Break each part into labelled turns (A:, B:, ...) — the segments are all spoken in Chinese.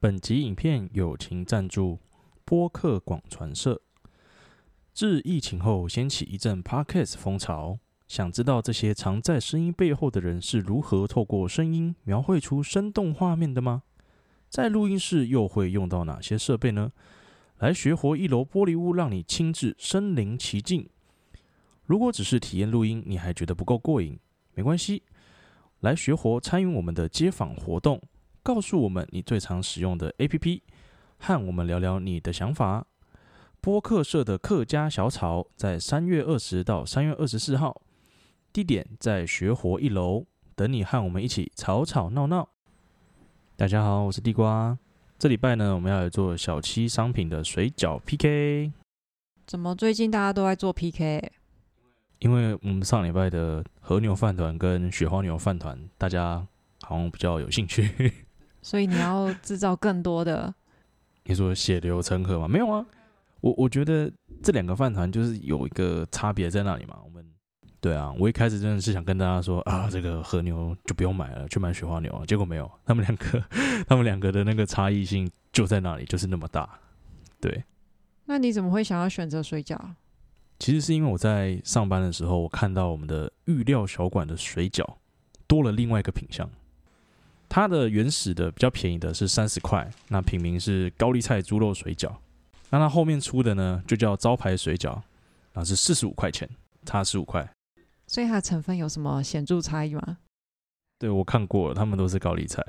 A: 本集影片友情赞助播客广传社。自疫情后掀起一阵 podcast 风潮，想知道这些藏在声音背后的人是如何透过声音描绘出生动画面的吗？在录音室又会用到哪些设备呢？来学活一楼玻璃屋，让你亲自身临其境。如果只是体验录音，你还觉得不够过瘾，没关系，来学活参与我们的街访活动，告诉我们你最常使用的 APP，和我们聊聊你的想法。播客社的客家小草在三月二十到三月二十四号，地点在学活一楼，等你和我们一起吵吵闹闹。大家好，我是地瓜。这礼拜呢，我们要来做小七商品的水饺 PK。
B: 怎么最近大家都在做 PK？
A: 因为我们上礼拜的和牛饭团跟雪花牛饭团，大家好像比较有兴趣。
B: 所以你 要制造更多的，
A: 你说血流成河吗？没有啊，我我觉得这两个饭团就是有一个差别在那里嘛。我们对啊，我一开始真的是想跟大家说啊，这个和牛就不用买了，去买雪花牛。啊结果没有，他们两个 他们两个的那个差异性就在那里，就是那么大。对，
B: 那你怎么会想要选择水饺？
A: 其实是因为我在上班的时候，我看到我们的预料小馆的水饺多了另外一个品相。它的原始的比较便宜的是三十块，那品名是高丽菜猪肉水饺。那它后面出的呢，就叫招牌水饺，啊是四十五块钱，差十五块。
B: 所以它的成分有什么显著差异吗？
A: 对我看过了，他们都是高丽菜。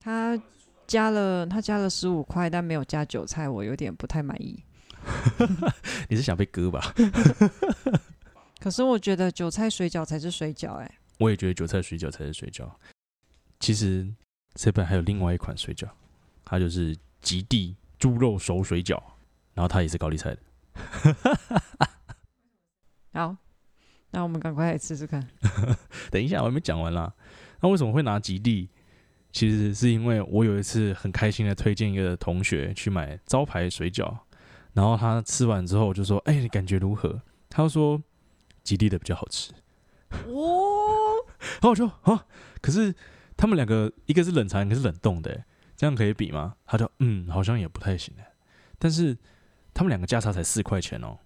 B: 它加了它加了十五块，但没有加韭菜，我有点不太满意。
A: 你是想被割吧？
B: 可是我觉得韭菜水饺才是水饺哎、
A: 我也觉得韭菜水饺才是水饺。其实 seven 还有另外一款水饺，它就是极地猪肉熟水饺，然后它也是高丽菜的。
B: 好，那我们赶快来吃吃看。
A: 等一下，我还没讲完啦。那为什么会拿极地？其实是因为我有一次很开心的推荐一个同学去买招牌水饺，然后他吃完之后就说：“哎、你感觉如何？”他就说：“极地的比较好吃。”
B: 哦，
A: 然后我就啊，可是他们两个一个是冷藏，一个是冷冻的欸，这样可以比吗？他就嗯，好像也不太行欸但是他们两个价差才四块钱哦，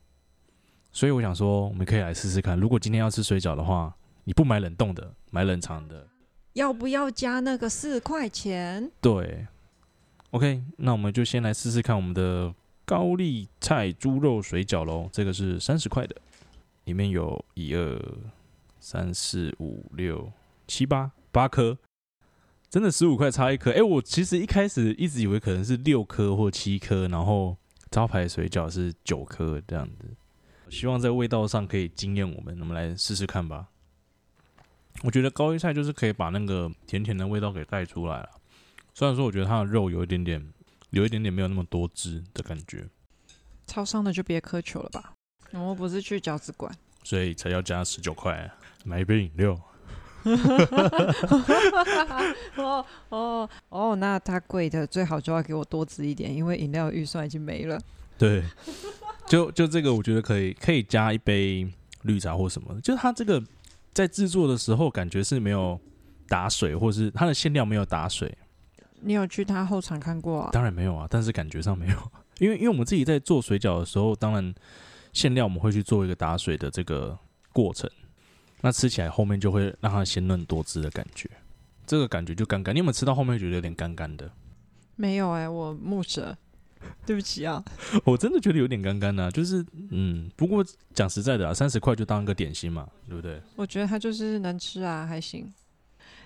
A: 所以我想说，我们可以来试试看。如果今天要吃水饺的话，你不买冷冻的，买冷藏的，
B: 要不要加那个四块钱？
A: 对。OK，那我们就先来试试看我们的高丽菜猪肉水饺喽，这个是三十块的，里面有一二三四五六七八八颗，真的十五块差一颗。哎、我其实一开始一直以为可能是六颗或七颗，然后招牌水饺是九颗这样子。希望在味道上可以惊艳我们，我们来试试看吧。我觉得高丽菜就是可以把那个甜甜的味道给带出来啊了。虽然说我觉得它的肉有一点点，有一点点没有那么多汁的感觉，
B: 超商的就别苛求了吧，我们不是去饺子馆。
A: 所以才要加十九块啊买一杯饮料。
B: 哦哦哦，那它贵的最好就要给我多支一点，因为饮料预算已经没了。
A: 对， 就就这个，我觉得可以可以加一杯绿茶或什么的。就是它这个在制作的时候，感觉是没有打水，或是它的馅料没有打水。
B: 你有去他后场看过、啊？
A: 当然没有啊，但是感觉上没有， 因为因为我们自己在做水饺的时候，当然馅料我们会去做一个打水的这个过程，那吃起来后面就会让它鲜嫩多汁的感觉，这个感觉就干干。你有没有吃到后面觉得有点干干的？
B: 没有哎、我木蛇，对不起啊。
A: 我真的觉得有点干干的啊、就是嗯，不过讲实在的啊，三十块就当一个点心嘛，对不对？
B: 我觉得它就是能吃啊，还行。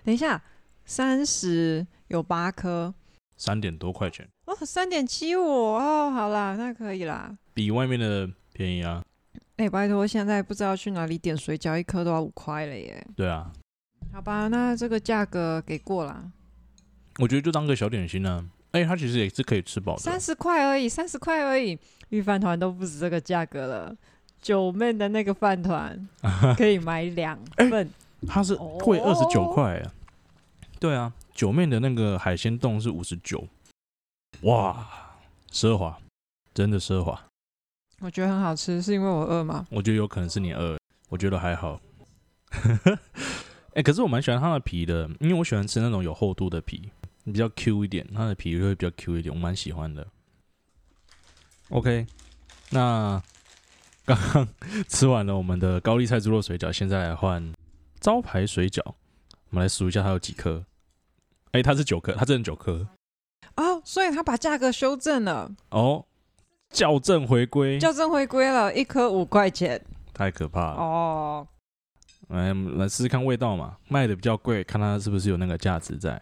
B: 等一下，三十有八颗，
A: 三点多块钱，
B: 哦，三点七五哦，好啦，那可以啦。
A: 比外面的便宜啊，
B: 哎、拜托，现在不知道去哪里点水饺，一颗都要五块了耶。
A: 对啊，
B: 好吧，那这个价格给过啦，
A: 我觉得就当个小点心啊。哎、它其实也是可以吃饱的。啊
B: 三十块而已，三十块而已，御饭团都不止这个价格了。九妹的那个饭团可以买两份，
A: 它是
B: 哦
A: 贵二十九块耶。对啊，九妹的那个海鲜冻是五十九，哇，奢华，真的奢华。
B: 我觉得很好吃，是因为我饿吗？
A: 我觉得有可能是你饿，我觉得还好。 哎、可是我蛮喜欢它的皮的，因为我喜欢吃那种有厚度的皮。比较 Q 一点，它的皮会比较 Q 一点，我蛮喜欢的。OK，那刚刚吃完了我们的高丽菜猪肉水饺，现在来换招牌水饺，我们来数一下它有几颗。哎、它是九颗，它真的九颗
B: 哦，所以他把价格修正了，
A: 哦，校正回归，
B: 校正回归了，一颗五块钱
A: 太可怕了。
B: 哦。
A: 来，我们来试试看味道嘛，卖的比较贵，看它是不是有那个价值在。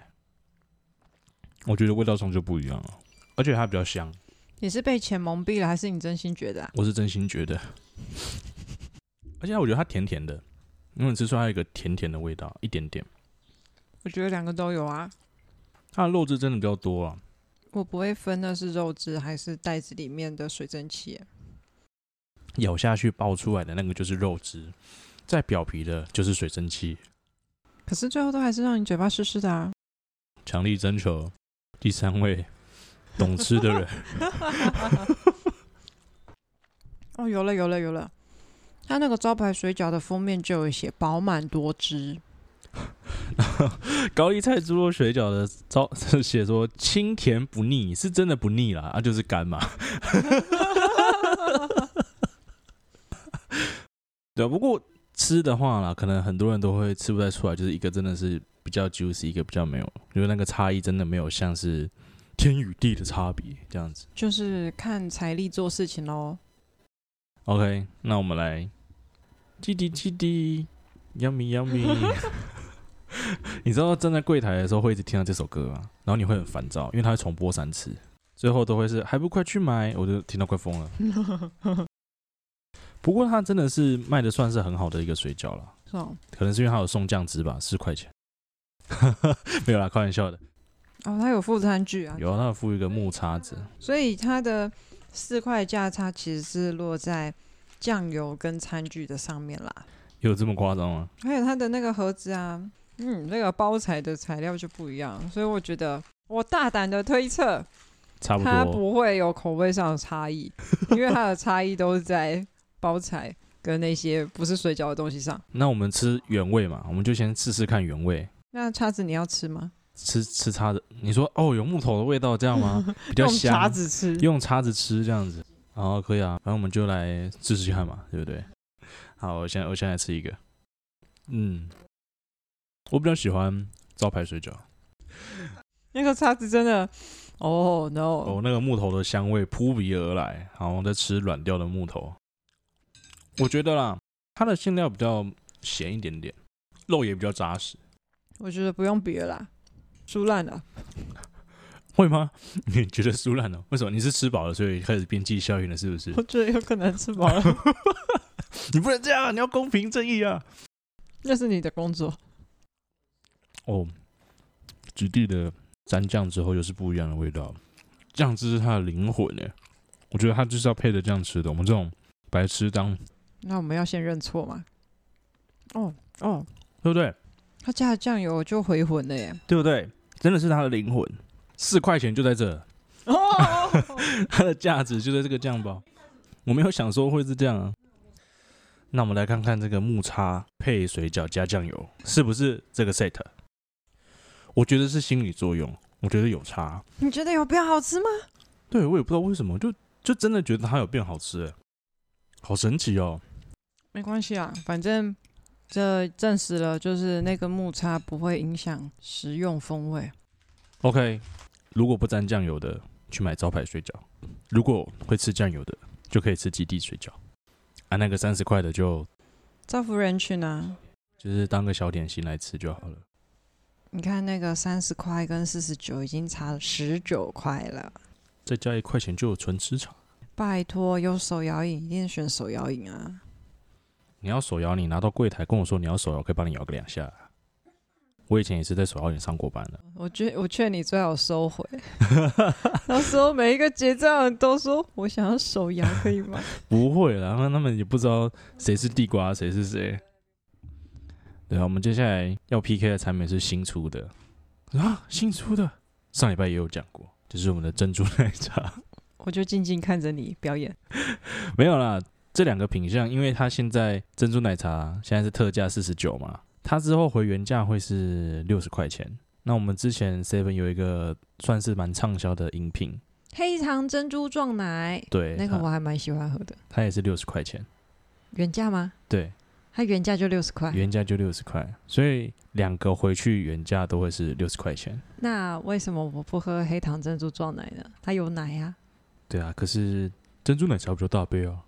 A: 我觉得味道上就不一样了，而且它比较香，
B: 你是被钱蒙蔽了，还是你真心觉得、啊？
A: 我是真心觉得。而且我觉得它甜甜的，因为你吃出来它有一个甜甜的味道，一点点。
B: 我觉得两个都有啊。
A: 它的肉质真的比较多啊，
B: 我不会分那是肉质还是袋子里面的水蒸气耶。
A: 咬下去爆出来的那个就是肉汁，在表皮的就是水蒸气。
B: 可是最后都还是让你嘴巴湿湿的啊。
A: 强力征求第三位懂吃的人。
B: 哦，有了有了有了，它那个招牌水饺的封面就有写“饱满多汁
A: 高丽菜猪肉水饺的招 写说清甜不腻，是真的不腻啦，啊就是干嘛。对啊，不过吃的话啦，可能很多人都会吃不太出来，就是一个真的是比较 juicy，一个比较没有，就是那个差异真的没有像是天与地的差别这样子。”，
B: 就是看财力做事情喽。
A: OK，那我们来，叽滴叽滴，yummy yummy。你知道站在柜台的时候会一直听到这首歌吗？然后你会很烦躁，因为它会重播三次，最后都会是还不快去买，我就听到快疯了。不过它真的是卖的算是很好的一个水饺了，
B: 是哦，
A: 可能是因为它有送酱汁吧，四块钱。 没有啦，开玩笑的。
B: 哦，它有副餐具啊，
A: 有啊，它有附一个木叉子，
B: 所以它的四块价差其实是落在酱油跟餐具的上面啦。
A: 有这么夸张吗？
B: 还有它的那个盒子啊，嗯，那个包材的材料就不一样，所以我觉得我大胆的推测，
A: 差不
B: 它
A: 多。
B: 不会有口味上的 差异，因为它的差异都是在包材跟那些不是水饺的东西上。
A: 那我们吃原味嘛，我们就先试试看原味。
B: 那叉子你要吃吗？
A: 吃吃叉子，你说哦，有木头的味道这样吗？比较
B: 用
A: 香，
B: 叉子吃，
A: 用叉子吃这样子，然后可以啊，反正我们就来试试看嘛，对不对？好，我现在我现在吃一个，嗯，我比较喜欢招牌水饺，
B: 那个叉子真的，哦、no，、
A: 哦，那个木头的香味扑鼻而来，然后再吃软掉的木头，我觉得啦，它的馅料比较咸一点点，肉也比较扎实，
B: 我觉得不用比了啦，输烂了。
A: 会吗？ 你觉得酥烂了？哦为什么？你是吃饱了，所以开始边际效应了，是不是？
B: 我觉得有可能吃饱了，
A: 你不能这样啊，你要公平正义啊！
B: 那是你的工作。
A: 哦，质地的蘸酱之后又是不一样的味道，酱汁是它的灵魂诶，我觉得它就是要配着酱吃的。我们这种白痴当，
B: 那我们要先认错嘛？哦哦，
A: 对不对？
B: 他加了酱油就回魂 了耶！
A: 对不对？真的是它的灵魂，四块钱就在这，
B: 哦，
A: 它的价值就在这个酱包。我没有想说会是这样啊。那我们来看看这个木叉配水饺加酱油是不是这个 set？我觉得是心理作用，我觉得有差。
B: 你觉得有变好吃吗？
A: 对我也不知道为什么，就就真的觉得它有变好吃，哎，好神奇哦！
B: 没关系啊，反正这证实了，就是那个木叉不会影响食用风味。
A: OK，如果不沾酱油的，去买招牌水饺；如果会吃酱油的，就可以吃基地水饺。啊，那个三十块的就
B: 造福人群啊！
A: 就是当个小点心来吃就好了。
B: 你看那个三十块跟四十九已经差了十九块了，
A: 再加一块钱就有纯吃茶。
B: 拜托，有手摇饮一定选手摇饮啊！
A: 你要手摇，你拿到柜台跟我说你要手摇，可以帮你摇个两下。啊我以前也是在手摇店上过班的，
B: 我觉我劝你最好收 回，到时候每一个结账的都说我想要手摇，可以吗？
A: 不会啦，他们也不知道谁是地瓜，谁是谁。对啊，我们接下来要 PK 的产品是新出的啊，新出的，上礼拜也有讲过，就是我们的珍珠奶茶。
B: 我就静静看着你表演。
A: 没有啦，这两个品相，因为它现在珍珠奶茶现在是特价四十九嘛，它之后回原价会是六十块钱，那我们之前 Seven 有一个算是蛮畅销的饮品，
B: 黑糖珍珠撞奶，
A: 对，
B: 那个我
A: 它
B: 还蛮喜欢喝的，
A: 它也是六十块钱，
B: 原价吗？
A: 对，
B: 它原价就六十块，
A: 原价就六十块，所以两个回去原价都会是六十块钱。
B: 那为什么我不喝黑糖珍珠撞奶呢？它有奶啊，
A: 对啊，可是珍珠奶茶比较大杯啊。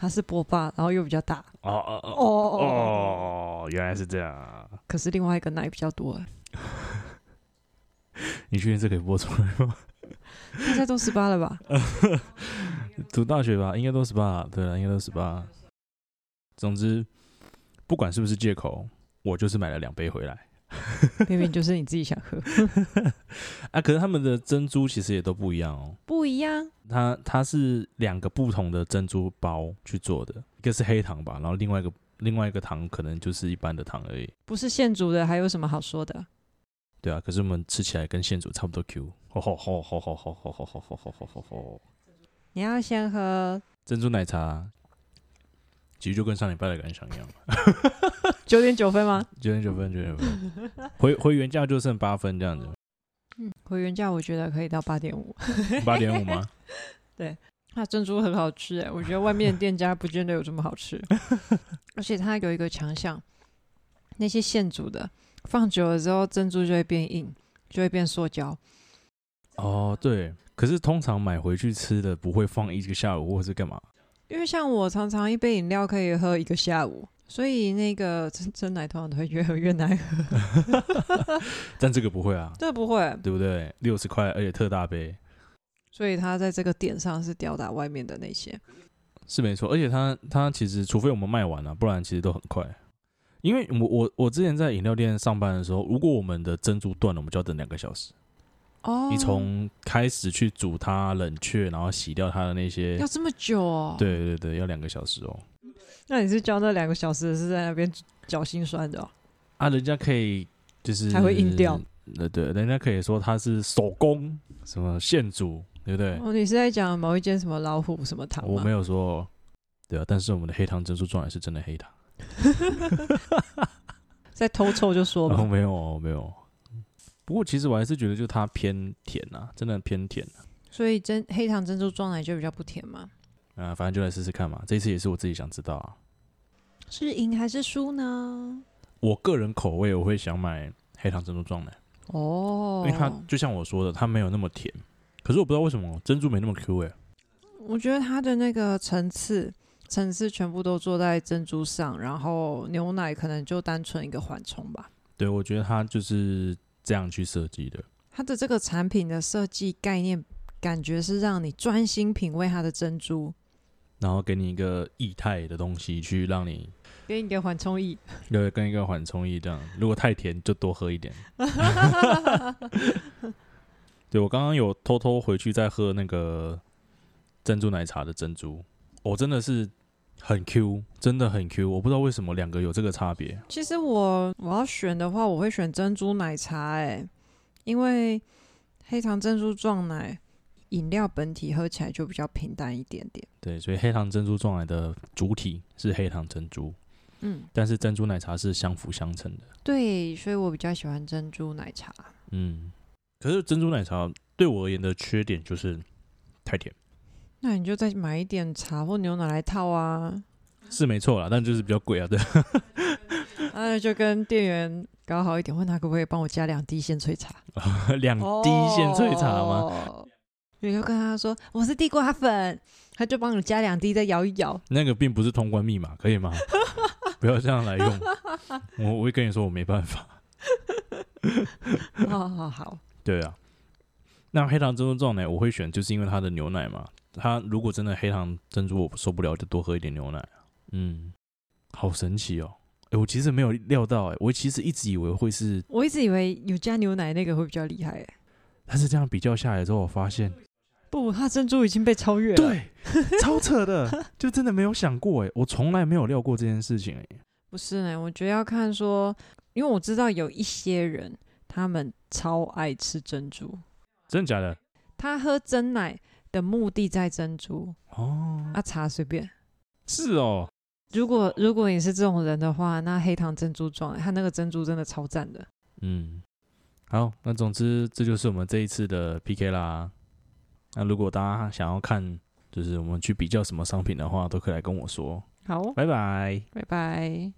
B: 它是波霸，然后又比较大。
A: 哦哦
B: 哦
A: 哦
B: 哦哦，
A: 哦，原来是这样。
B: 可是另外一个奶比较多欸，
A: 你确定这可以播出来吗？
B: 大家都十八了 吧？
A: 读大学吧，应该都十八。对啊了，应该都十八。总之，不管是不是借口，我就是买了两杯回来。
B: 明明就是你自己想喝，
A: 啊，可是他们的珍珠其实也都不一样哦。
B: 不一样。
A: 它它是两个不同的珍珠包去做的，一个是黑糖吧，然后另外一个另外一个糖可能就是一般的糖而已。
B: 不是现煮的，还有什么好说的？
A: 对啊，可是我们吃起来跟现煮差不多 Q。吼吼吼吼吼吼吼吼吼吼吼吼吼吼！
B: 你要先喝
A: 珍珠奶茶其实就跟上礼拜的感想一样，
B: 九点九分吗？
A: 九点九分，九点九分，回回原价就剩八分这样 子，
B: 嗯，回原价我觉得可以到八点五。
A: 八点五吗？
B: 它珍珠很好吃哎，我觉得外面的店家不见得有这么 好吃，而且它有一个强项，那些现煮的放久了之后，珍珠就会变硬，就会变塑胶。
A: 哦，对，可是通常买回去吃的不会放一个下午或是干嘛？
B: 因为像我常常一杯饮料可以喝一个下午，所以那个真真奶通常都会越喝越难喝。
A: 但这个不会啊，
B: 这不会，
A: 对不对？六十块，而且特大杯，
B: 所以它在这个点上是吊打外面的那些。
A: 是没错，而且它它其实，除非我们卖完了、啊不然其实都很快。因为我我我之前在饮料店上班的时候，如果我们的珍珠断了，我们就要等两个小时。
B: 哦，
A: 你从开始去煮它、冷却，然后洗掉它的那些
B: 要，这么久哦？，
A: 对对对，要两个小时哦。
B: 那你是教那两个小时是在那边脚心酸的、哦？
A: 啊，人家可以就是
B: 还会硬掉，
A: 呃对，人家可以说它是手工什么现煮，对不对？
B: 哦，你是在讲某一间什么老虎什么堂吗？
A: 我没有说，对啊，但是我们的黑糖珍珠撞奶是真的黑糖，
B: 在偷臭就说
A: 哦
B: 吧。
A: 没有哦没有。不过其实我还是觉得，就它偏甜啊，真的偏甜啊。
B: 所以真黑糖珍珠撞奶就比较不甜嘛？
A: 啊反正就来试试看嘛。这次也是我自己想知道啊。
B: 是赢还是输呢？
A: 我个人口味我会想买黑糖珍珠撞奶，
B: 哦
A: 因，为它就像我说的，它没有那么甜。可是我不知道为什么珍珠没那么 Q 哎、
B: 我觉得它的那个层次层次全部都做在珍珠上，然后牛奶可能就单纯一个缓冲吧。
A: 对，我觉得它就是这样去设计的。
B: 它的这个产品的设计概念，感觉是让你专心品味它的珍珠，
A: 然后给你一个液态的东西去让你
B: 给你一个缓冲液。
A: 对跟一个缓冲液这样。如果太甜就多喝一点。对我刚刚有偷偷回去再喝那个珍珠奶茶的珍珠，我、真的是很 Q，真的很 Q。我不知道为什么两个有这个差别。
B: 其实我我要选的话，我会选珍珠奶茶、哎，因为黑糖珍珠撞奶饮料本体喝起来就比较平淡一点点。
A: 对，所以黑糖珍珠撞奶的主体是黑糖珍珠，
B: 嗯，
A: 但是珍珠奶茶是相辅相成的。
B: 对，所以我比较喜欢珍珠奶茶。
A: 嗯，可是珍珠奶茶对我而言的缺点就是太甜，
B: 那你就再买一点茶或牛奶来套啊，
A: 是没错啦，但就是比较贵啊。对，
B: 那就跟店员搞好一点，问他可不可以帮我加两滴鲜萃茶。
A: 两嗯滴鲜萃茶吗？
B: 哦？你就跟他说我是地瓜粉，他就帮你加两滴，再摇一 摇。
A: 那个并不是通关密码，可以吗？ 不要这样来用， 我我会跟你说我没办法。
B: 好哦好好，
A: 对啊，那黑糖珍珠撞奶我会选，就是因为它的牛奶嘛。它如果真的黑糖珍珠我受不了，就多喝一点牛奶啊。嗯，好神奇哦！哎、我其实没有料到、哎，我其实一直以为会是，
B: 我一直以为有加牛奶那个会比较厉害，哎
A: 但是这样比较下来之后，我发现
B: 不，它珍珠已经被超越了。，
A: 对，超扯的，就真的没有想过哎，我从来没有料过这件事情哎。
B: 不是呢，我觉得要看说，因为我知道有一些人他们超爱吃珍珠，
A: 真的假的？
B: 他喝真奶的目的在珍珠，
A: 哦，
B: 啊茶随便。
A: 是哦，
B: 如果如果你是这种人的话，那黑糖珍珠撞奶，它那个珍珠真的超赞的。
A: 嗯，好，那总之这就是我们这一次的 PK 啦。那如果大家想要看，就是我们去比较什么商品的话，都可以来跟我说。
B: 好，
A: 拜拜。
B: 拜拜。